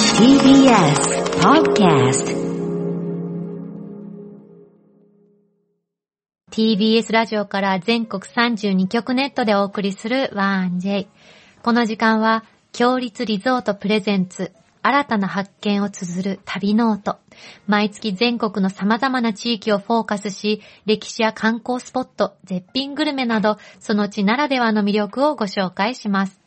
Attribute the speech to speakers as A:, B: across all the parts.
A: TBS Podcast
B: TBS ラジオから全国32局ネットでお送りする 1J。この時間は、強立リゾートプレゼンツ、新たな発見を綴る旅ノート。毎月全国の様々な地域をフォーカスし、歴史や観光スポット、絶品グルメなど、その地ならではの魅力をご紹介します。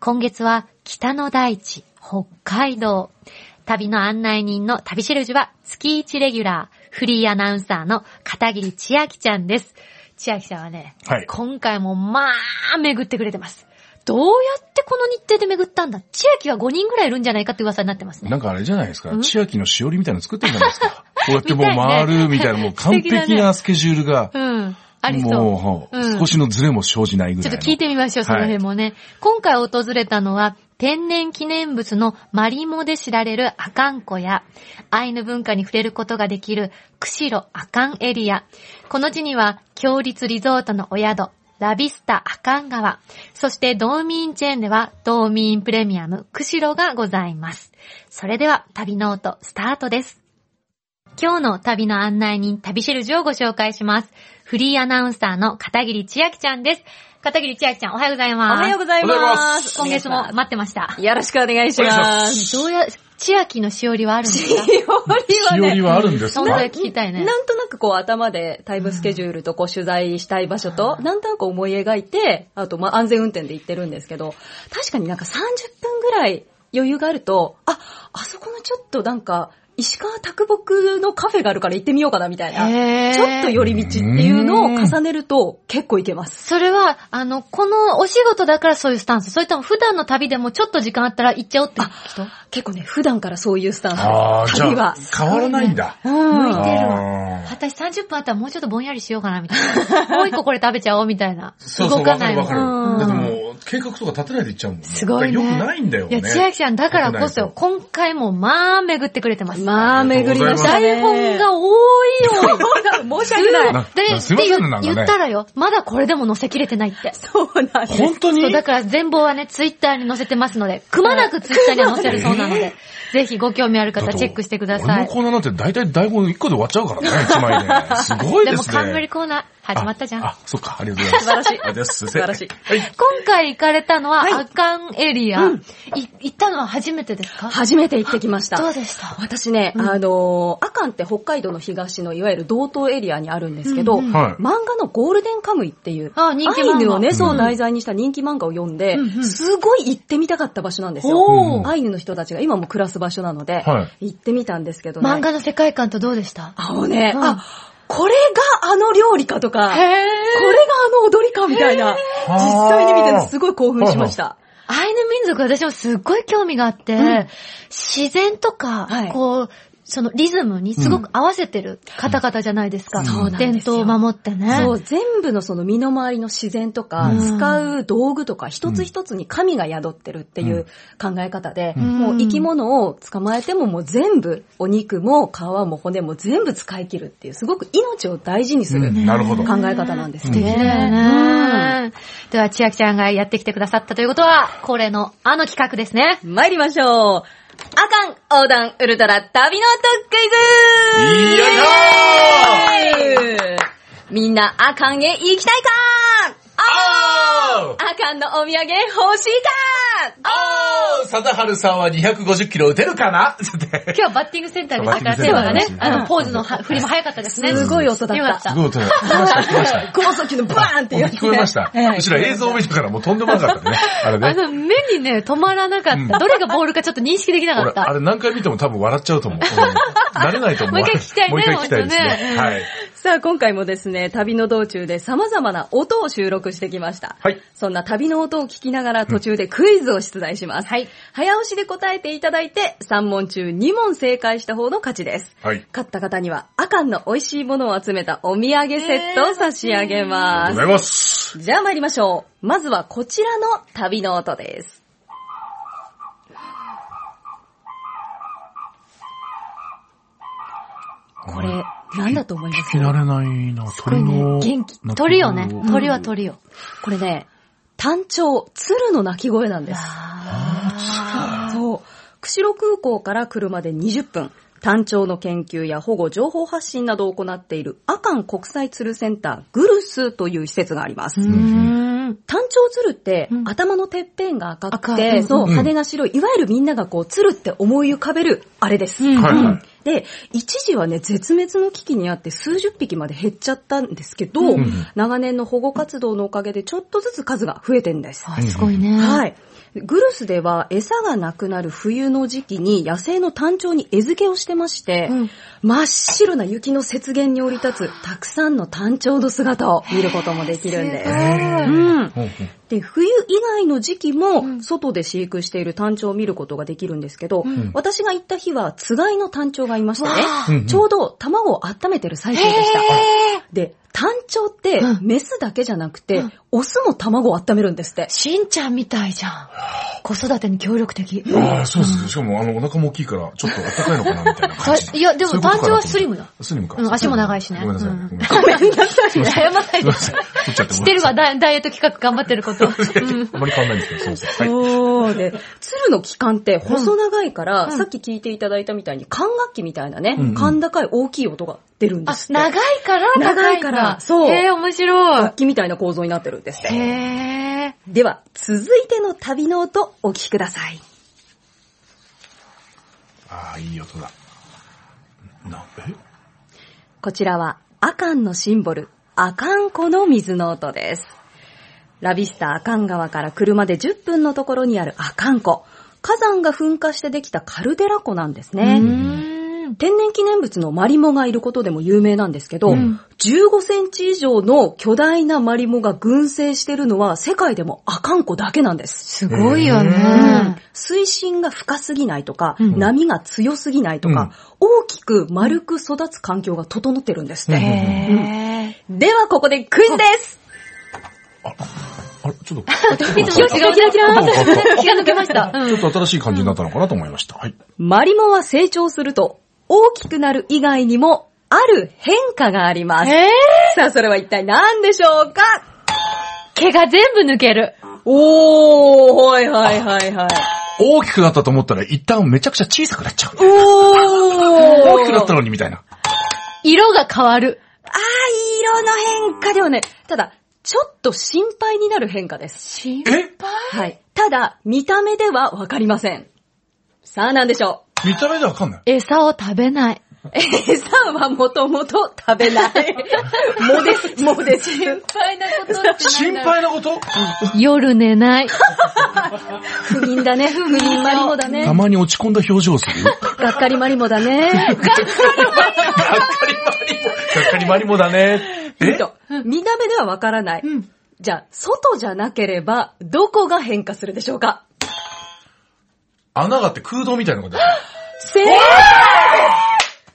B: 今月は、北の大地、北海道。旅の案内人の旅しるじは、月1レギュラー、フリーアナウンサーの片桐千秋ちゃんです。千秋ちゃんはね、
C: はい
B: 今回もまあ、巡ってくれてます。どうやってこの日程で巡ったんだ千秋は5人ぐらいいるんじゃないかって噂になってますね。
C: なんかあれじゃないですか
B: ん。
C: 千秋のしおりみたいなの作ってんじゃないです か。こうやってもう
B: みたいね
C: 回るみたいな、もう完
B: 素敵
C: 璧
B: だね
C: なスケジュールが、
B: うん。ありそう。
C: もう
B: うん
C: 少しのズレも生じないぐ
B: ち
C: ら
B: ょ
C: い
B: っ
C: の。
B: と聞いてみましょう、その辺もね。今回訪れたのは、天然記念物のマリモで知られるアカン湖や、アイヌ文化に触れることができる釧路アカンエリア。この地には、強立リゾートのお宿、ラビスタアカン川、そしてドーミーンチェーンでは、ドーミーンプレミアム釧路がございます。それでは、旅ノートスタートです。今日の旅の案内人、旅しるじをご紹介します。フリーアナウンサーの片桐千秋ちゃんです。片桐千秋ちゃん、おはようござい
A: お
B: ます。
A: はようござい
C: おはようござい
A: ま
C: ます
B: 今月も待ってました。
A: よろしくお願いし
C: お
A: ま
C: 願
A: す。
B: どうや、千秋のしおりはあるんですか
A: しおりは
C: しおり
A: ね、
C: はあるんです
B: 本当
C: か
B: で聞きたいね。
A: なんとなくこう頭でタイムスケジュールとこう取材したい場所と、なんとなく思い描いて、あとまあ安全運転で行ってるんですけど、確かになんか30分ぐらい余裕があると、あ、あそこのちょっとなんか、石川卓木のカフェがあるから行ってみようかなみたいな、
B: へー
A: ちょっと寄り道っていうのを重ねると結構行けます。
B: それは、あの、このお仕事だからそういうスタンス。それとも普段の旅でもちょっと時間あったら行っちゃおうって人
A: 結構ね、普段からそういうスタンス
C: ああ、
A: です。
C: じ
A: 旅
C: ゃ
A: は
C: あ。、変わらないんだ。
A: うん
B: 向いてるわ
C: あー
B: 私30分あったらもうちょっとぼんやりしようかな、みたいな。もう一 個これ食べちゃおう、みたいな。
C: そうそ
B: 動
C: う、
B: か
C: わか
B: ない
C: る
B: も
C: わ
B: ん。
C: かる。
B: うん
C: だってもう、計画とか立てないでいっちゃうもんね。
B: すごいね。
C: だから良くないんだよね。
B: いや、千秋ちゃんだからこそ、
C: 良く
B: 今回もまあ巡ってくれてます。
A: まあ、巡りました。
B: 台本 が多いよ。
A: 申し訳な
C: な
A: い。
C: なすいませんねなんかね
B: 言ったらよ、まだこれでも載せきれてないって。
A: そうなんです。
C: 本
B: そ
C: 当
B: う、
C: に
B: だから全貌はね、ツイッターに載せてますので、くまなくツイッターには載せるそうなので、ぜひご興味ある
C: だ
B: 方
C: って
B: チェックしてくださ
C: 俺
B: い
C: の。コーナーなんて大体台本1個で終わっちゃうからね、1枚 で。すごい
B: で
C: で
B: も、
C: すね。
B: 冠コーナー始まったじゃん。
C: あ、あそっか、ありがとうご ざいます。
A: 素晴らしい
C: ありがとうございます。素
A: 晴らしい
C: はい。
B: 今回行かれたのは、
A: はい
B: アカンエリア。
A: う
B: い行ったのは初めてですか
A: 初めて行ってきました。
B: どうでした
A: 私ね、
B: うん
A: あのー、アカンって北海道の東のいわゆる道東エリアにあるんですけど、
B: うんうん
C: はい
A: 漫画のゴールデンカムイっていう、
B: あ人気漫画
A: アイヌをね、
B: うん
A: そう題材にした人気漫画を読んで、
B: うんうん
A: すごい行ってみたかった場所なんですよ。
B: おー
A: アイヌの人たちが今も暮らす場所なので、
C: は
A: 行ってみたんですけどね。
B: 漫画の世界観とどうでした
A: あのね、
B: うん
A: あ、これがあの料理かと
B: へ
A: か、これがあの踊りかみたいな、実際に見てねすごい興奮しました。
B: アイヌ民族私もすっごい興味があって、
A: ん
B: 自然とか、
A: はい
B: こう、そのリズムにすごく合わせてる方々じゃないですか。
C: うんそうなん
A: ですよ
B: 伝統を守ってね。
A: そう、全部のその身の回りの自然とか、
C: うん
A: 使う道具とか、一つ一つに神が宿ってるっていう考え方で、
B: ん
A: もう生き物を捕まえてももう全部、お肉も皮も骨も全部使い切るっていう、すごく命を大事にする
C: うん
A: 考
C: なるほど。
A: え方なんです
B: 素敵だよ
A: ね。
B: ね。では、千秋ちゃんがやってきてくださったということは、恒例のあの企画ですね。
A: うん参りましょう。アカン横断ウルトラ旅の特クイズ
C: よいしょ
A: みんなアカンへ行きたいか
C: あ
A: アカンのお土産欲しいか
C: あー貞治さんは250キロ打てるかなつって。
B: 今日はバッティングセンターでしたから、テーマがね、あの、ポーズのは振りも早かったですね。
A: すごい音だった
B: よかっ
C: す
B: た。
C: ごい音が聞こえました、聞こえました。
A: 高速機のバーンっていうやつね
C: 聞こえました。
A: ええ
C: うちら映像を見たからもうとんでもなかったね。あ れ
B: あ
C: ね。
B: の、目にね、止まらなかった。どれがボールかちょっと認識できなか
C: 俺、
B: っ
C: あ
B: た。
C: れ何回見ても多分笑っちゃう と思う。うん慣れないと思う。
B: もう一回聞きたいね
C: もう一回聞きたいです
B: 本当ね
C: ね。はい。
A: さあ、今回もですね、旅の道中で様々な音を収録してきました。
C: はい
A: そんな旅の音を聞きながら途中でクイズを出題します。
B: はい
A: 早押しで答えていただいて、3問中2問正解した方の勝ちです。
C: はい。
A: 勝った方には、アカンの美味しいものを集めたお土産セットを差し上げ
C: あ
A: ま
C: りがとうご
A: す。
C: ざいます。
A: じゃあ参りましょう。まずはこちらの旅の音です。これ、何だと思います
C: 聞き慣れないな、
B: すごい
C: 鳥
B: ね
C: の。
B: 元気。鳥よね。
C: 鳴き声を
B: 鳥は鳥よ。
A: これね、単調、鶴の鳴き声なんです。
B: あー
A: そう。釧路空港から車で20分、単調の研究や保護情報発信などを行っているアカン国際ツルセンターグルスという施設があります。
B: うーん。
A: 単調鶴って、
B: うん
A: 頭のてっぺんが赤く
B: 赤
A: て、
B: い
A: そうう、
C: んうん
A: 羽が白い、いわゆるみんながこう、鶴って思い浮かべる、あれです。
B: うん
C: はいはい
A: で、一時はね、絶滅の危機にあって数十匹まで減っちゃったんですけど、
B: うん
A: 長年の保護活動のおかげでちょっとずつ数が増えてんです。
B: あすごいね。。
A: はいい。グルスでは餌がなくなる冬の時期に野生の単調に餌付けをしてまして、
B: うん
A: 真っ白な雪の雪原に降り立つたくさんの単調の姿を見ることもできるんです。うん。
C: うんうん
A: で、冬以外の時期
B: う
A: も、
B: ん
A: 外で飼育している単調を見ることができるんですけど、
B: ん
A: 私が行った日は、つがいの単調がいましたね
B: わあ。
C: うんうん
A: ちょうど卵を温めてる最中でした。
B: へー
A: で、単調って
B: う、ん
A: メスだけじゃなくて、
B: うん
A: オスも卵を温めるんですって。
B: しんちゃんみたいじゃん。子育てに協力的。
C: ああ、そうですね。しかも、あの、お腹も大きいから、ちょっと暖かいのかな、みたいな感じ
B: あいやでも
C: そううことかなと
B: 団
C: 思
B: 長
C: っ
B: は
C: て
B: スリムだ
C: スリムか。
B: うん足も長いしね
C: ごめんなさい。
B: う
C: ご
B: ん
C: めん なさい。
B: 謝らない
C: すいま
B: で。
C: せん。取っちゃって
B: 知ってる わ、ダイダイエット企画頑張ってること。うん
C: あまり変わんないんですけど、そうですね。はい。
A: そうで、鶴の器官って細長いから、
B: うん
A: さっき聞いていただいたみたいに、管楽器みたいなね、
C: うんうん
A: 甲高い大きい音が出るんで
B: あ
A: す、って。
B: 長いから高んだ
A: 長いからそう
B: へえ、面白い
A: 楽。器みたいな構造になってるんですって。
B: へえ。
A: では、続いての旅の音、お聞きください。
C: ああ、いい音だ。な、え
A: こちらは、アカンのシンボル、アカン湖の水の音です。ラビスタアカン川から車で10分のところにあるアカン湖。火山が噴火してできたカルデラ湖なんですね。
B: うーん。
A: 天然記念物のマリモがいることでも有名なんですけど、
C: うん
A: 15センチ以上の巨大なマリモが群生してるのは世界でもアカン湖だけなんです。
B: すごいよ
A: うん
B: ね。
A: 水深が深すぎないとか、
B: うん
A: 波が強すぎないとか、大きく丸く育つ環境が整ってるんですっ
C: うん
A: て。
B: へえ。
A: ではここでクイズです
C: あれ、ちょっと、
B: いつもと違う。キラキラ気が抜けました。うん
C: ちょっと新しい感じになったのかなと思いました。はい。
A: マリモは成長すると、大きくなる以外にも、ある変化があります。
B: え
A: さあ、それは一体何でしょうか
B: 毛が全部抜ける。
A: おー、はいはいはいはい。
C: 大きくなったと思ったら、一旦めちゃくちゃ小さくなっちゃう。
A: おー
C: 大きくなったのに、みたいな。
B: 色が変わる。
A: あー、色の変化ではね、ただ、ちょっと心配になる変化です。
B: 心
C: え
A: はい。ただ、見た目ではわかりません。さあ、何でしょ
C: 見た目でわかんない。
B: 餌を食べない。
A: う 餌はもともと食べない。もです、もです。
B: 配なこと
C: 心配なこと
B: 夜寝ない。
A: 不眠だね、 不眠マリモだ
C: た
A: ね。
C: まに落ち込んだ表情をす る。がっ
A: がっかりマリモだね。
C: かりまりも。がっかりまりもだね。
A: ヒ
C: え
A: ント見た目ではわからない。
B: うん
A: じゃあ、外じゃなければ、どこが変化するでしょうか
C: 穴があって空洞みたいなこと
A: せー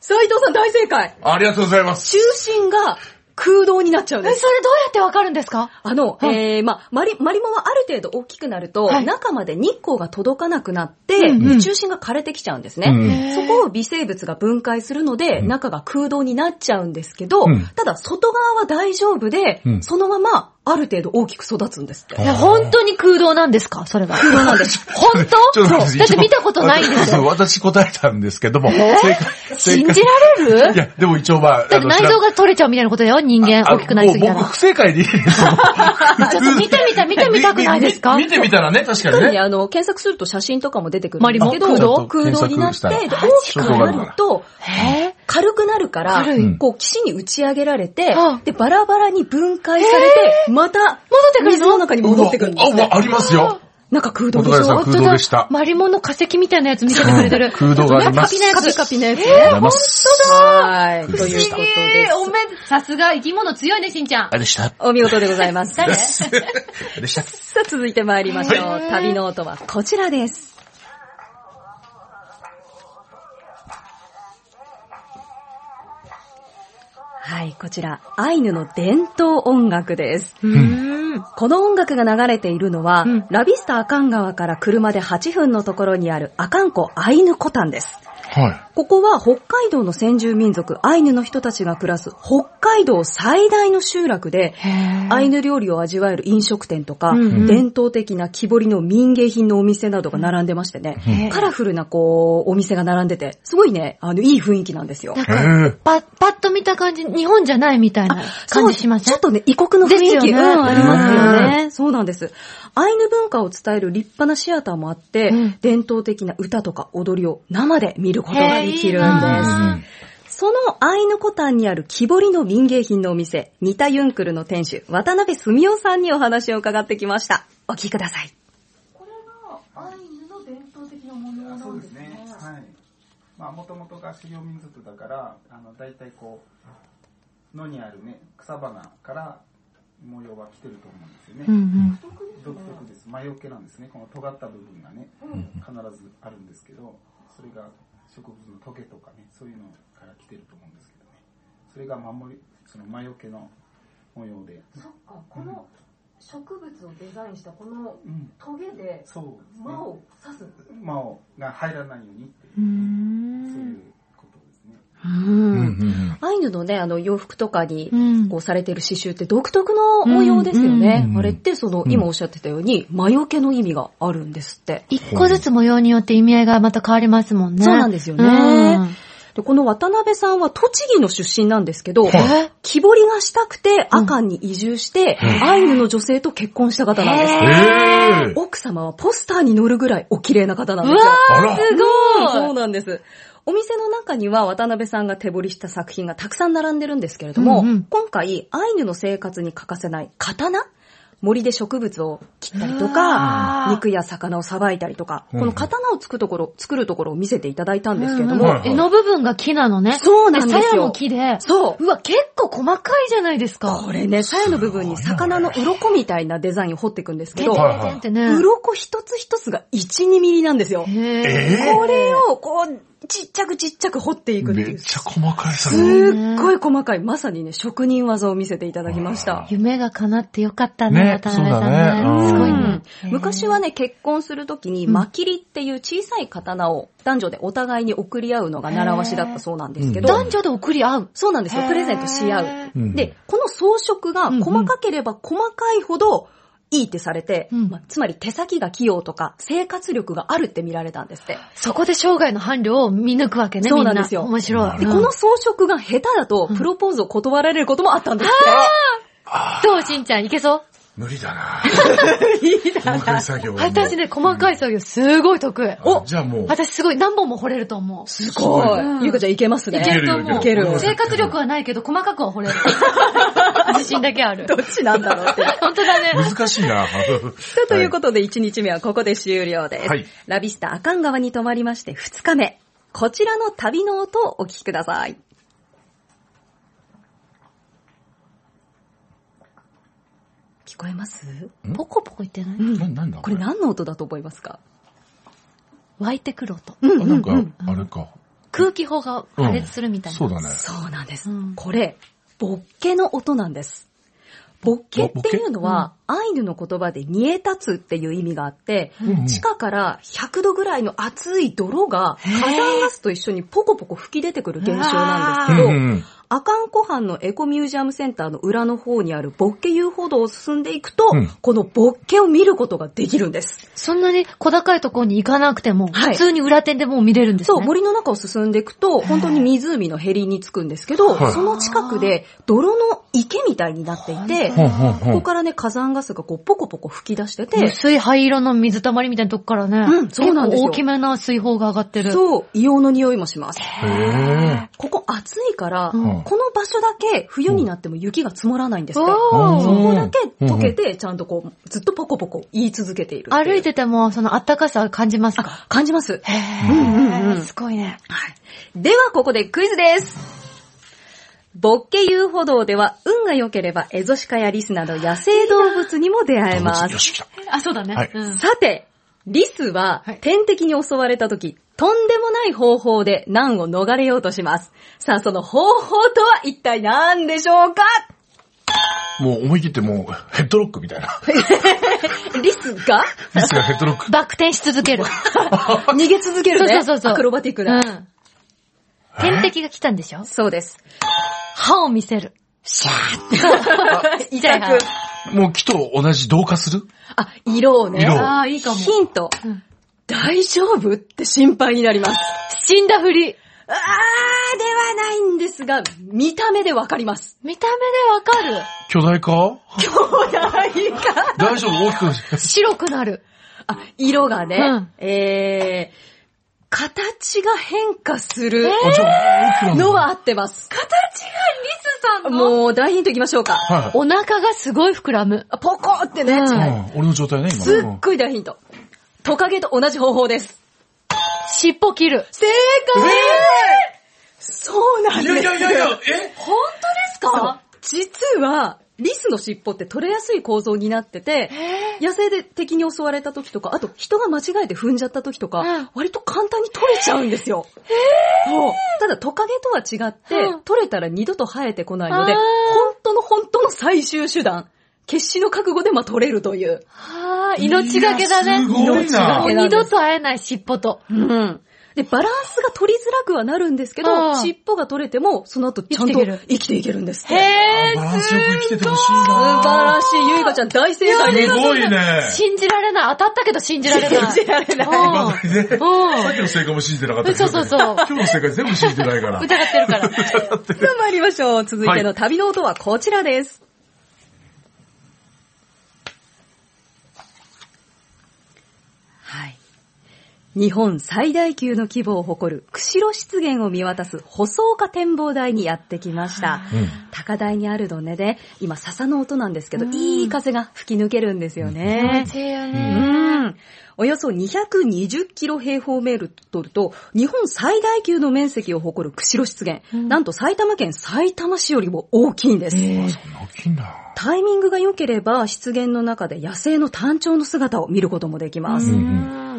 A: 斉藤さん大正解
C: ありがとうございます。
A: 中心が空洞になっちゃうん
B: え、
A: です。
B: それどうやってわかるんですか
A: あの、
B: はい
A: えー、まあ、マリ、マリモはある程度大きくなると、
B: はい
A: 中まで日光が届かなくなって、
B: うんうん
A: 中心が枯れてきちゃうんですね。
C: うん
B: へー
A: そこを微生物が分解するので、
C: うん
A: 中が空洞になっちゃうんですけど、
C: うん
A: ただ外側は大丈夫で、
C: うん
A: そのままある程度大きく育つんですって。
B: え、本当に空洞なんですかそれは。空洞なんです。 本
C: ちょ
B: 当
C: っと
B: そう。
C: 待
B: だ
C: って
B: って見たことないんです
C: そう
B: よ。
C: 私答えたんですけども、正解、
B: 信
C: 正
B: じられ
C: 解。い
B: る
C: や、でも一応まあ、
B: だって内臓が取れちゃうみたいなことだよ、人間。
C: あの
B: 大きくなりすぎた
C: もう僕
B: ら。
C: 不正解でいいですよ。
B: ちょっと見てみたい、見てみたくないですか
C: みみ見てみたらね、確かに
A: 特に
C: ね。
A: あの、検索すると写真とかも出てくるんですけ
B: マ
A: ど、
B: リモ
A: 空洞になって、
C: ちょっと検
A: で
C: 索
A: 大き
C: した
A: く
C: ら
A: なると、
B: え
A: 軽くなるから
B: 軽
C: い、
A: こう、岸に打ち上げられて
B: あ、
A: で、バラバラに分解されて、また、
B: てくるの
A: 水の中に戻ってくるんで
C: あ、
A: す
C: うわ
A: ね。
C: ありますよ。
A: なんか空洞で
C: お互い
A: し
C: さ
A: ょ
C: ん空洞でした
B: マリモンの化石みたいなやつ見せてくれてる。
C: 空洞があります。
A: カピカピなやつね。
C: あります
A: はい。ということで
B: えー、おめ、さすが生き物強いね、しんちゃん
C: あ。れでした。
A: お見事でございます。 さ
B: 誰
C: でした。
A: あ、続いて参りましょう
B: は。い
A: 旅の音はこちらです。はい、こちら、アイヌの伝統音楽です。
B: うーん。
A: この音楽が流れているのは、
B: うん
A: ラビスタアカン川から車で8分のところにあるアカン湖アイヌコタンです。
C: は
A: ここは北海道の先住民族アイヌの人たちが暮らす北海道最大の集落で、アイヌ料理を味わえる飲食店とか、
B: うんうん
A: 伝統的な木彫りの民芸品のお店などが並んでましてね、
C: うん
A: カラフルなこう、お店が並んでて、すごいね、あの、いい雰囲気なんですよ
B: な。ん
C: い。へ
B: か、パ
C: え。
B: パッと見た感じ、日本じゃないみたいな感じしませ
A: そ
B: ん
A: うちょっとね、異国の雰囲
B: です
A: 気、
B: よ
A: う
B: ね
A: ん、ありますよね。そうなんです。アイヌ文化を伝える立派なシアターもあって、
B: うん
A: 伝統的な歌とか踊りを生で見ることができる
B: へーい
A: ん
B: い
A: で
B: なあ
A: す。そのアイヌコタンにある木彫りの民芸品のお店、ニタユンクルの店主、渡辺澄夫さんにお話を伺ってきました。お聞きください。
D: そうですね。はい。まあ、もともとが狩猟民族だから、あの、大体こう、野にあるね、草花から模様は来てると思うんですよね。
B: うん
D: 独特です。魔除けなんですね。この尖った部分がね、必ずあるんですけど、それが植物のトゲとかね、そういうのから来てると思うんですけどね。それが守り、その魔除けの模様で。
E: そっか、この植物をデザインしたこの
D: うん。
E: トゲで
D: そうですね。
E: 魔を刺す。
D: 魔をが入らないようにっていうう、そうい
B: ん。
D: うことですね。
C: うんうんうん
A: アイヌのね、あの洋服とかに
B: う、ん
A: こうされてる刺繍って独特の模様ですよね。
C: うんうん
A: あれって、その、
C: うん
A: 今おっしゃってたように、魔除けの意味があるんですって。
B: 一個ずつ模様によって意味合いがまた変わりますもんね。
A: そうなんですよね
B: うん
A: で、この渡辺さんは栃木の出身なんですけど、
B: え
A: 木彫りがしたくて、阿寒に移住して、アイヌの女性と結婚した方なんです。
C: へえ。
A: 奥様はポスターに載るぐらいお綺麗な方なん
B: う
A: で
B: わ
A: すよ。
C: あら。
B: ーすごい
A: そうなんです。お店の中には渡辺さんが手彫りした作品がたくさん並んでるんですけれども、
B: うんうん
A: 今回、アイヌの生活に欠かせない刀森で植物を切ったりと
B: うわ
A: か、
B: ー
A: 肉や魚をさばいたりとか、
C: うん
A: この刀を作るところ、作るところを見せていただいたんですけれど
C: うん
A: も、
C: うんはいはい
B: 柄の部分が木なのね。
A: そうなんですよ
B: 鞘も木で。
A: そう
B: うわ、結構細かいじゃないですか。
A: これね、鞘の部分に魚の鱗みたいなデザインを彫っていくんですけ
B: てん
A: ど、
B: てんてんってね。
A: 鱗一つ一つが1、2ミリなんですよ。
B: へ
C: え
A: これをこう、ちっちゃくちっちゃく掘ってい
C: え。
A: くって
C: め
A: い
C: っ
A: う。
C: ちゃ細かいさ
A: す。っごい細かい、まさにね、職人技を見せていただきました。
B: 夢が叶ってよかった
C: ね
B: ね、渡辺さんね。
C: そうだねうん
B: すごいうね
A: ん。昔は
B: ね、
A: ね、結婚するときに、
B: うん
A: まきりっていう小さい刀を男女でお互いに送り合うのが習わしだったそうなんですけど、
C: へー
B: 男女で送り合う。
A: そうなんですよ、プレゼントし合う。
B: へ
C: うん
A: で、、この装飾が細かければ細かいほどいいってされて、
B: うん
A: まあつまり手先が器用とか生活力があるって見られたんですって。
B: そこで生涯の伴侶を見抜くわけね、
A: そう
B: みん
A: なん
B: な
A: です。よ
B: 面白い。
A: で、
B: うん
A: この装飾が下手だとプロポーズを断られることもあったんです
C: あ
B: どう、しんちゃん、いけそう
C: 無理だな。
A: って。いいな
C: 細かい作業。
B: 私ね、細かい作業すごい得意。
C: おじゃあもう。
B: 私すごい何本も掘れると思う。
A: すごい。
B: うん
A: ゆうかちゃんいけますね。
B: いけると思う。
A: いけるよ
B: 生活力はないけど、細かくは掘れる。自信だけある。
A: どっちなんだろうって。
B: 本当だね。
C: 難しい な。
A: さあということとで1日目はここで終了です。
C: はい
A: ラビスタ阿寒川に泊まりまして2日目。こちらの旅の音をお聞きください。聞こえます
B: ポコポコ言ってない
C: な、なんだ
A: これ何の音だと思いますか
B: 湧いてくる音。
A: うん
C: なんか、あれか。
B: 空気砲が破裂するみたいな。
C: そうだね。
A: そうなんです。
B: うん
A: これ、ボッケの音なんです。ボッケっていうのは、アイヌの言葉で煮え立つっていう意味があって、
C: うんうん
A: 地下から100度ぐらいの熱い泥が
B: へー
A: 火山ガスと一緒にポコポコ吹き出てくる現象なん
C: う
A: ですけど、
C: んうん
A: アカン湖畔のエコミュージアムセンターの裏の方にあるボッケ遊歩道を進んでいくと、
C: うん
A: このボッケを見ることができるんです。
B: そんなに小高いところに行かなくても、
A: はい
B: 普通に裏手でもう見れるんですね。
A: そう、森の中を進んでいくと、本当に湖のへりに着くんですけど、
C: はい
A: その近くで泥の池みたいになっていて、
C: ほんほんほ
A: ここ
C: ん。
A: からね、火山ガスがこう、ポコポコ吹き出してて、
B: 薄い灰色の水たまりみたいなとこからね。
A: うんそうなんです
B: 結
A: よ
B: 構大きめな水泡が上がってる。
A: そう、硫黄の匂いもします。
C: へえ。
A: ここ暑いから、
C: ん
A: この場所だけ冬になっても雪が積もらないんですって。
B: おー
A: そこだ
C: う
A: け
C: ん
A: 溶けて、ちゃんとこう、ずっとポコポコ言い続けている。
B: 歩いてても、その暖かさを感じますか
A: 感じます。
B: へー
A: うんうんうん
B: すごいね。
A: では、ここでクイズです。ボッケ遊歩道では、運が良ければ、エゾシカやリスなど野生動物にも出会えま
C: よ
A: す。
C: し、来た。
B: あ、そうだね。
C: はい
B: うん
A: さて、リスは
B: はい
A: 天敵に襲われた時、とんでもない方法で難を逃れようとします。さあ、その方法とは一体何でしょうか
C: もう思い切ってもう、ヘッドロックみたいな。
A: リスが
C: ミスがヘッドロック。
B: バク転し続ける。
A: 逃げ続けるね。
B: そうそうそうそう
A: アクロバティック
B: う
A: な。
B: ん。天敵が来たんでしょ
A: そうです。
B: 歯を見せる。
A: シャーって。
B: 痛い
A: 痛く。
C: もう木と同じ同化する
A: あ、色をね。
C: 色
B: ああ、いいかも。
A: ヒント。
B: うん
A: 大丈夫って心配になります。
B: 死んだふり。
A: あーではないんですが、見た目でわか ります。
B: 見た目でわかる。
C: 巨大化
A: ないか。
C: 大丈夫大きくなる。
B: 白くなる。
A: あ、色がね、
B: うん
A: えー、形が変化する
C: あ、じゃあ大きくなる。
A: のは合ってます。形
B: さ
A: もう大ヒントいきましょうか。
C: は
B: お腹がすごい膨らむ。
A: あポコってね、
B: うん
A: はい
C: い。うん俺の状態ね、今
A: すっ
C: の。うん
A: ごい大ヒント。トカゲと同じ方法です。
B: 尻尾切る。
A: 正解、そうなんですよ。
C: え
A: 本当ですか実は、リスの尻尾って取れやすい構造になってて、野生で敵に襲われた時とか、あと人が間違えて踏んじゃった時とか、
B: うん
A: 割と簡単に取れちゃうんですよ。そうただトカゲとは違って、
B: うん
A: 取れたら二度と生えてこないので、
B: あー
A: 本当の本当の最終手段、決死の覚悟でまあ取れるという。
B: はあ、命がけだね。
C: いやすごい
A: 命が
C: な
B: もう。二度と会えない尻尾と。
A: うん。で、バランスが取りづらくはなるんですけ
B: あ
A: ど、
B: ー
A: 尻尾が取れても、その後ちゃん
B: 生きて
A: と
B: いける
A: 生きていけるんですって。
B: へえ、
C: バランスよく生きててほしい
A: 素晴
C: な
A: らしい。ゆいかちゃん大正解です。
C: すごいね。
B: 信じられない。当たったけど信じられない。
A: 信じられない
B: うん
C: 今ね、
B: うん
C: さっきの正解も信じてなかったけど
B: そうそうそう
C: 今日の正解全部信じてないから。
B: 疑ってるから。
A: では参りましょう。続いての旅の音はこちらです。はい。日本最大級の規模を誇る釧路湿原を見渡す細岡展望台にやってきました。
C: うん
A: 高台にあるのねで、今笹の音なんですけど、
B: うん
A: いい風が吹き抜けるんですよ
B: 気
A: ね
B: 持。ちいいよ
A: う
B: ね。
A: ん。およそ220キロ平方メートルと、日本最大級の面積を誇る釧路湿原、
B: うん
A: なんと埼玉県埼玉市よりも大きいんです。
C: そんな大きいんだ。
A: タイミングが良ければ、湿原の中で野生の単調の姿を見ることもできます。
C: うん
B: う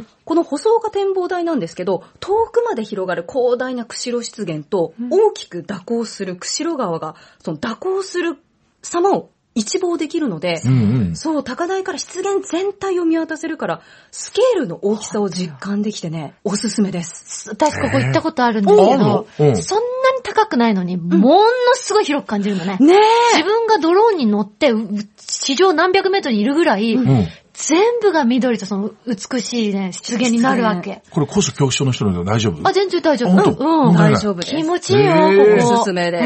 B: ん
A: この細岡展望台なんですけど、遠くまで広がる広大な釧路湿原と
B: うん、
A: 大きく蛇行する釧路川が、その蛇行する様を一望できるので、
C: うんうん。
A: そう、高台から湿原全体を見渡せるから、スケールの大きさを実感できてね、おすすめです。
B: 私ここ行ったことあるんですけど、
C: えーあるのうん
B: そんなに高くないのに、ものすごい広く感じるのね。
A: ね
B: 自分がドローンに乗って、う地上何百メートルにいるぐらい、
C: うん。
B: 全部が緑とその美しいね、湿原になるわけ。
C: これ高所恐怖症の人なので大丈夫
B: あ、全然大丈
C: 本当
B: 夫。うん。
A: 大丈夫です。
B: 気持ちいいよ、
C: へ
B: こ
C: ー
B: こ。
A: おすすめで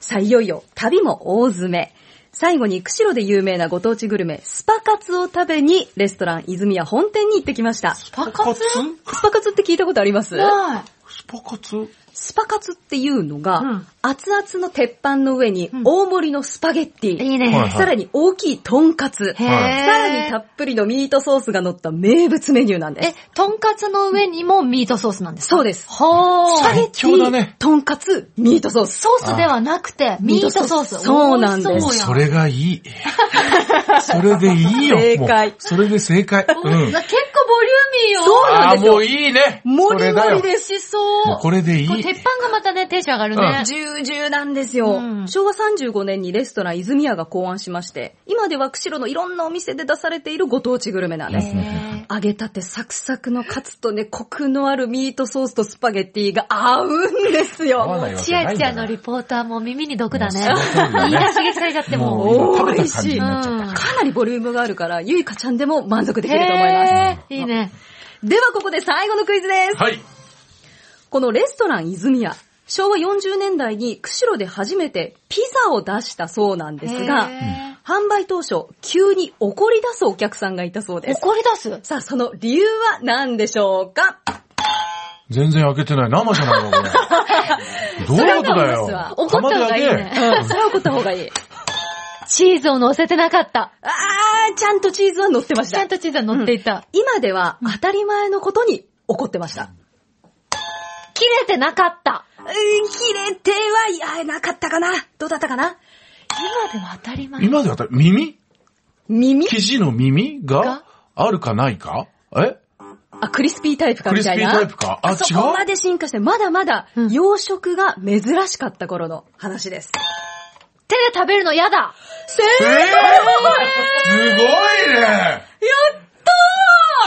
A: すさあ、いよいよ、旅も大詰め。最後に、釧路で有名なご当地グルメ、スパカツを食べに、レストラン泉屋本店に行ってきました。ス
B: パカツ
A: パカツって聞いたことあります
B: ない。
C: スパカツ
A: スパカツっていうのが、
B: うん
A: 熱々の鉄板の上に
B: うん
A: 大盛りのスパゲッティ、
B: いいね。
C: はい
A: さらに大きいトンカツ、
B: へ
A: さ
B: ー
A: らにたっぷりのミートソースが乗った名物メニューなんです
B: え。、とんかつの上にもミートソースなんですか
A: そうです
B: ほ
A: スパ
B: ー。
A: ゲッテ
C: 最強だ
A: ィ
C: ね、
A: トンカツ、ミートソース。
B: ソースではなくて、ミートソース。
A: そうなんです
B: 美味し
C: そ
B: そうやん
C: れがいい。 それでいいよ。
A: 正解
C: もうそれで正解。う
B: うん
C: ん
B: 結構ボリュ。ーミーよ。
A: そうなん
C: あー
A: ですよ
C: もういいね。
A: も
C: そ
A: りもり
C: れだよ
A: で
B: 美
A: す。
B: 味しそ
C: もう
B: う。
C: これでいい。
B: これ鉄板がまたね、テンション上がるね。
A: 重々なんですよ、
B: うん
A: 昭和35年にレストラン泉屋が考案しまして、今では釧路のいろんなお店で出されているご当地グルメなんです。
B: へ
A: 揚げたてサクサクのカツとね、コクのあるミートソースとスパゲッティが合うんです
C: 合わない
A: よ。
B: ー
C: わけ
B: ち
C: ないん
B: あ
C: だ
B: ちゃんのリポーターも耳に毒だね。
C: もうその通りだ
B: いい
C: ね
B: な刺激されちゃっても。
C: もう今
A: おー
C: 食べた感じになっちゃった
B: 美味しいうん
A: かなりボリュームがあるから、ゆいかちゃんでも満足できると思います。
B: へーいいね。
A: ではここで最後のクイズです。
C: はい。
A: このレストラン泉屋、昭和40年代に釧路で初めてピザを出したそうなんですが、
B: へ
A: 販売当初、急に怒り出すお客さんがいたそう
B: ー
A: です。
B: 怒り出す
A: さあ、その理由は何でしょうか
C: 全然開けてない。生じゃないのこ れ。どういうことだ
A: それは
C: よ。
B: 怒った方がいいね
C: 玉だけ
A: うん、 それは怒った方がいい。
B: チーズを乗せてなかった。
A: あー、ちゃんとチーズは乗ってまし
B: ちゃ
A: た
B: ん。とチーズは乗っていた。
A: 今では当たり前のことに怒ってました。
B: 切れてなかった。
A: うーん、切れては、いや、なかったかなどうだったかな
B: 今では当たり前。
C: 今で当たり、耳
A: 耳
C: 生地の耳
B: が
C: があるかないかえ
A: あ、クリスピータイプか
C: ク
A: み
C: リス
A: たい
C: ピー
A: な。
C: タイプかあ、違
A: そこま
C: う
A: で進化して、まだまだ
B: うん
A: 洋食が珍しかった頃の話です。
B: 手で食べるの嫌だ。
A: せ
C: え
A: ー
C: ーすごいね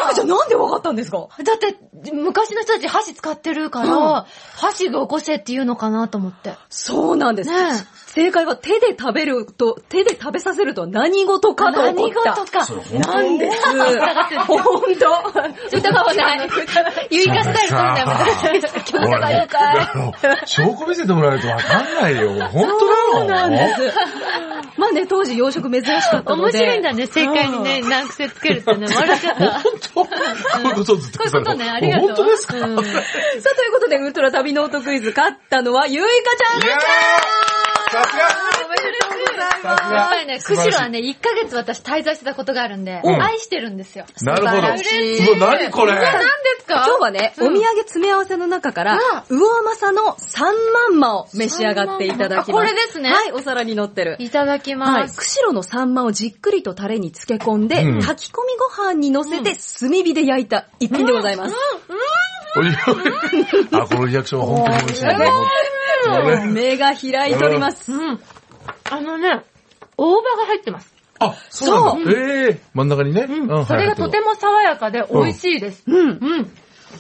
A: めちゃんなんでわかったんですか
B: だって、昔の人たち箸使ってるから、箸が起こせって言うのかなと思って。
A: そうなんです。
B: ね
A: 正解は手で食べると、手で食べさせるとは何事かと思
B: 何
A: った。
B: 事か。
C: それ本当
A: なんです。 本当。
B: 歌わない。ゆいかスタイルそうだよ。私今日じゃ ないのかい。
C: 証拠見せてもらえるとわかんないよ。本
A: そう
C: 当
A: な
C: なんの
A: です。まあね、当時洋食珍しかったの
B: 面
A: で。
B: 白いんだね、正解にね、難癖つけるってね、笑っちゃった。
C: 本当こういうことずっと
B: こういうことね、ありがとう。
C: 本当です
B: う
C: か、
B: ん
C: いやー
A: さあ、ということで、ウルトラ旅ノートクイズ勝ったのは、ゆいかちゃんです
C: さす
B: おめでとうございます
C: さすが
B: やっぱりね、釧路はね、1ヶ月私滞在してたことがあるんで、
C: うん
B: 愛してるんですよ。
C: なるほど。
A: 素晴らしいう
C: わ、何これ
B: 何ですか
A: 今日はね、
B: うん
A: お土産詰め合わせの中から、魚甘さの三万まを召し上がっていただきます。
B: 三万まあこれですね
A: はい、お皿に乗ってる。
B: いただき
A: は
B: ま
A: い。
B: す。
A: 釧路のサンマをじっくりとタレに漬け込んで、
C: うん
A: 炊き込みご飯に乗せて炭火で焼いた一品でございます。
C: あ、このリアクションは本当に美味しいね。これ
A: 目が開いております。
B: うん。あのね、大葉が入ってます。
C: あ、そうなんだ。ええ真ん中にね。う
B: うん。それがとて
C: も。
B: も爽やかで美味しいです。
A: う
B: う
A: ん。
B: ん。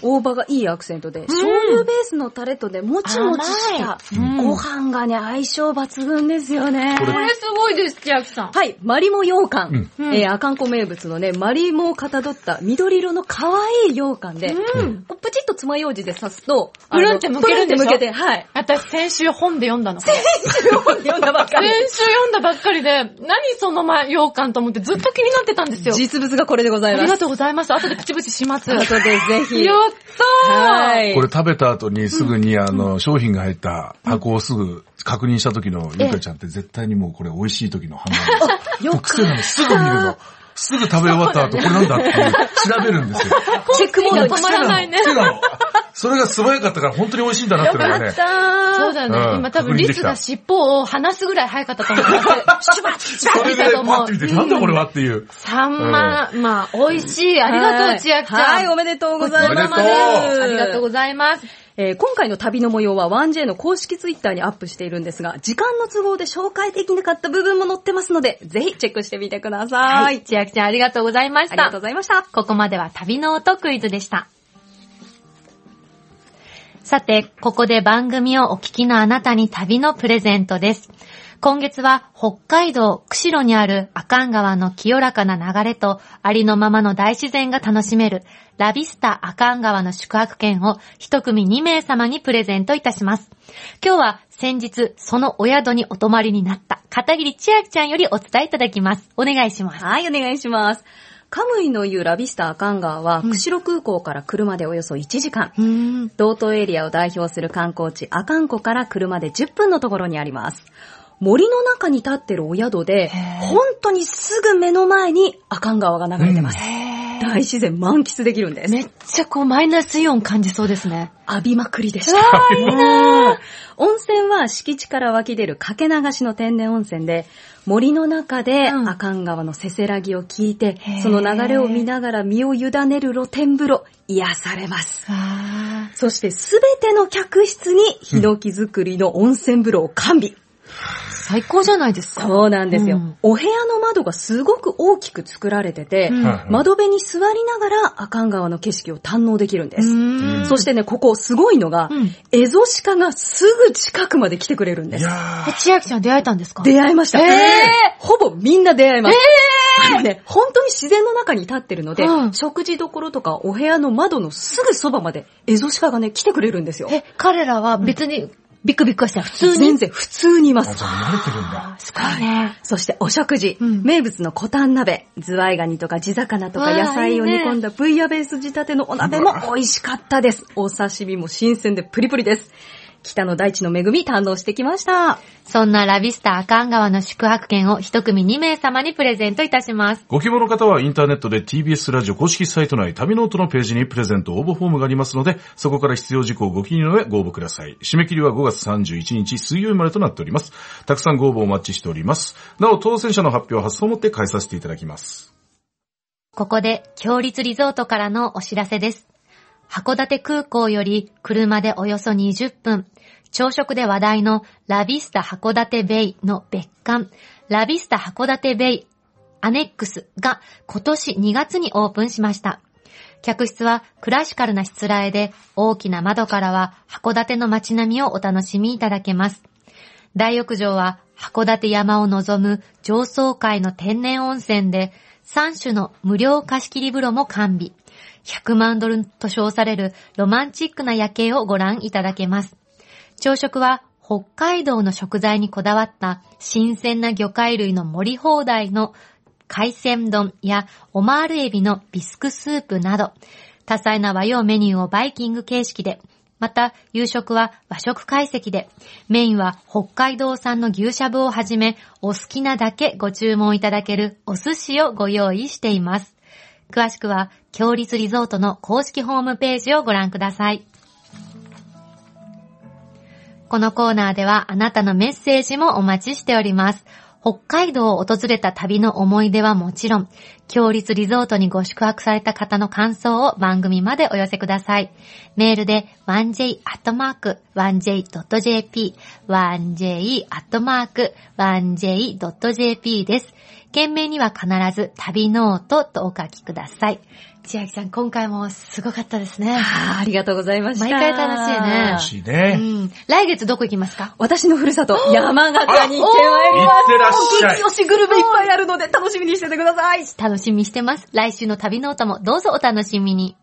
A: 大葉がいいアクセントで、醤油ベースのタレとね、もちもちした
B: 甘いうん
A: ご飯がね、相性抜群ですよね。
C: こ
B: これすごいです、千秋さん。
A: はい、マリモ羊羹。
B: うん
A: えー、阿寒湖名物のね、マリモをかたどった緑色の可愛い羊羹で、
B: うん
A: こうプチッと爪楊枝で刺すと、
B: プルンってむけるんでしょ
A: プルンって むけて、はい。
B: 私先週本で読んだの。先
A: 読んだば っかり。
B: 週読んだばっかりで、何その前、羊羹と思ってずっと気になってたんですよ。
A: 実物がこれでござ
B: あ
A: い
B: り
A: ま
B: が
A: す。
B: とうございます。後でプチプチします。
A: と
B: や
A: いう
B: っ
A: ことで、ぜひ。
B: たー
A: はい。
C: これ食べた後にすぐにあの、商品が入った箱をすぐ確認した時のゆかちゃんって絶対にもうこれ美味しい時の反応です。
A: よ
C: 僕癖なの、すぐ見るの。すぐ食べ終わった後、これなんだっていう、調べるんですよ。
A: チェックモード
B: 止ま
C: 癖
B: ら
C: な
B: ない
C: の、
B: ね。
C: 癖なの。それが素早かったから本当に美味しいんだなってのがね。
B: そうだね。
C: うん
B: 今多分リスが尻尾を離すぐらい早かった と思います。シュバッシュ
C: そ
B: バッて
C: れ
B: 言っ
C: で
B: たと
C: パ
B: 思
C: ッ
B: う
C: て。見て、なんだこれはっていう。
B: サンマ、まあ、美味しい。ありがとう、千秋ちゃん。
A: はい、おめでとうございます。
C: おめでとう
B: ありがとうございます。
A: えー今回の旅の模様は 1J の公式ツイッターにアップしているんですが、時間の都合で紹介できなかった部分も載ってますので、ぜひチェックしてみてください。
B: はい。千秋ちゃん、ありがとうございま
A: あ
B: し
A: りが
B: た
A: とう。ございました。
B: ここまでは旅の音クイズでした。さて、ここで番組をお聞きのあなたに旅のプレゼントです。今月は北海道釧路にある阿寒川の清らかな流れとありのままの大自然が楽しめるラビスタ阿寒川の宿泊券を一組2名様にプレゼントいたします。今日は先日そのお宿にお泊まりになった片桐千秋ちゃんよりお伝えいただきます。お願いします。
A: はい、お願いします。カムイの湯ラビスタアカンガーは、釧路空港から車でおよそ1時間。
B: うん。
A: 道東エリアを代表する観光地、阿寒湖から車で10分のところにあります。森の中に立ってるお宿で、本当にすぐ目の前に阿寒川が流れてます。大自然満喫できるんです。
B: めっちゃこうマイナスイオン感じそうですね。
A: 浴びまくりでした。うん温泉は敷地から湧き出るかけ流しの天然温泉で、森の中で
B: うん
A: 阿寒川のせせらぎを聞いて、
B: へー
A: その流れを見ながら身を委ねる露天風呂、癒されます。
B: あ
A: そしてすべての客室にヒノキ作りの温泉風呂を完備。
B: 最高じゃないですか。
A: そうなんですよ、
B: うん
A: お部屋の窓がすごく大きく作られてて、
B: うん
C: はい
A: 窓辺に座りながら阿寒川の景色を堪能できるんです。
B: ん
A: そしてね、ここすごいのが、
B: うん
A: エゾシカがすぐ近くまで来てくれるんで
C: い
A: す。
C: や
B: え、千秋ちゃん出会えたんですか
A: 出会いました。
B: え
A: ほぼみんな出会いました。あのね、本当に自然の中に立ってるので、
B: うん
A: 食事どころとかお部屋の窓のすぐそばまでエゾシカがね、来てくれるんですよ。
B: え、彼らは別にビクビクはしてない普通に。
A: 全然普通にいま
C: ー。あ、じ
A: す。
C: ゃあ慣れてるんだ。
B: すごいね。
A: そしてお食事、
B: うん
A: 名物のコタン鍋、ズワイガニとか地魚とか
B: わあ
A: 野菜を
B: いい
A: 煮
B: ね
A: 込んだブイヤベース仕立てのお鍋も美味しかったです。お刺身も新鮮でプリプリです。北の大地の恵み堪能してきました。
B: そんなラビスタ阿寒川の宿泊券を一組2名様にプレゼントいたします。
C: ご希望の方はインターネットで TBS ラジオ公式サイト内旅ノートのページにプレゼント応募フォームがありますので、そこから必要事項をご記入の上ご応募ください。締め切りは5月31日水曜日までとなっております。たくさんご応募お待ちしております。なお、当選者の発表は発送をもって返させていただきます。
B: ここで、強立リゾートからのお知らせです。函館空港より車でおよそ20分、朝食で話題のラビスタ函館ベイの別館、ラビスタ函館ベイアネックスが今年2月にオープンしました。
F: 客室はクラシカルなしつらえで、大きな窓からは函館の街並みをお楽しみいただけます。大浴場は函館山を望む上層階の天然温泉で、3種の無料貸切風呂も完備。100万ドルと称されるロマンチックな夜景をご覧いただけます。朝食は北海道の食材にこだわった新鮮な魚介類の盛り放題の海鮮丼やオマールエビのビスクスープなど、多彩な和洋メニューをバイキング形式で、また夕食は和食懐石で、メインは北海道産の牛しゃぶをはじめ、お好きなだけご注文いただけるお寿司をご用意しています。詳しくは、強立リゾートの公式ホームページをご覧ください。このコーナーではあなたのメッセージもお待ちしております。北海道を訪れた旅の思い出はもちろん、強立リゾートにご宿泊された方の感想を番組までお寄せください。メールで 1j.1j.jp、1j.1j.jp です。件名には必ず旅ノートとお書きください。千秋さん、今回もすごかったですね。
A: あーありがとうございました。
F: 毎回楽しいね
C: 楽しいうね。
F: ん。来月どこ行きますか
A: 私のふるさと、山形に行ってまいり
C: あお
A: ます。
C: ー行ってらっしゃい
A: 激推しグルメいっぱいあるので楽しみにしててください。
F: 楽しみにしてます。来週の旅ノートもどうぞお楽しみに。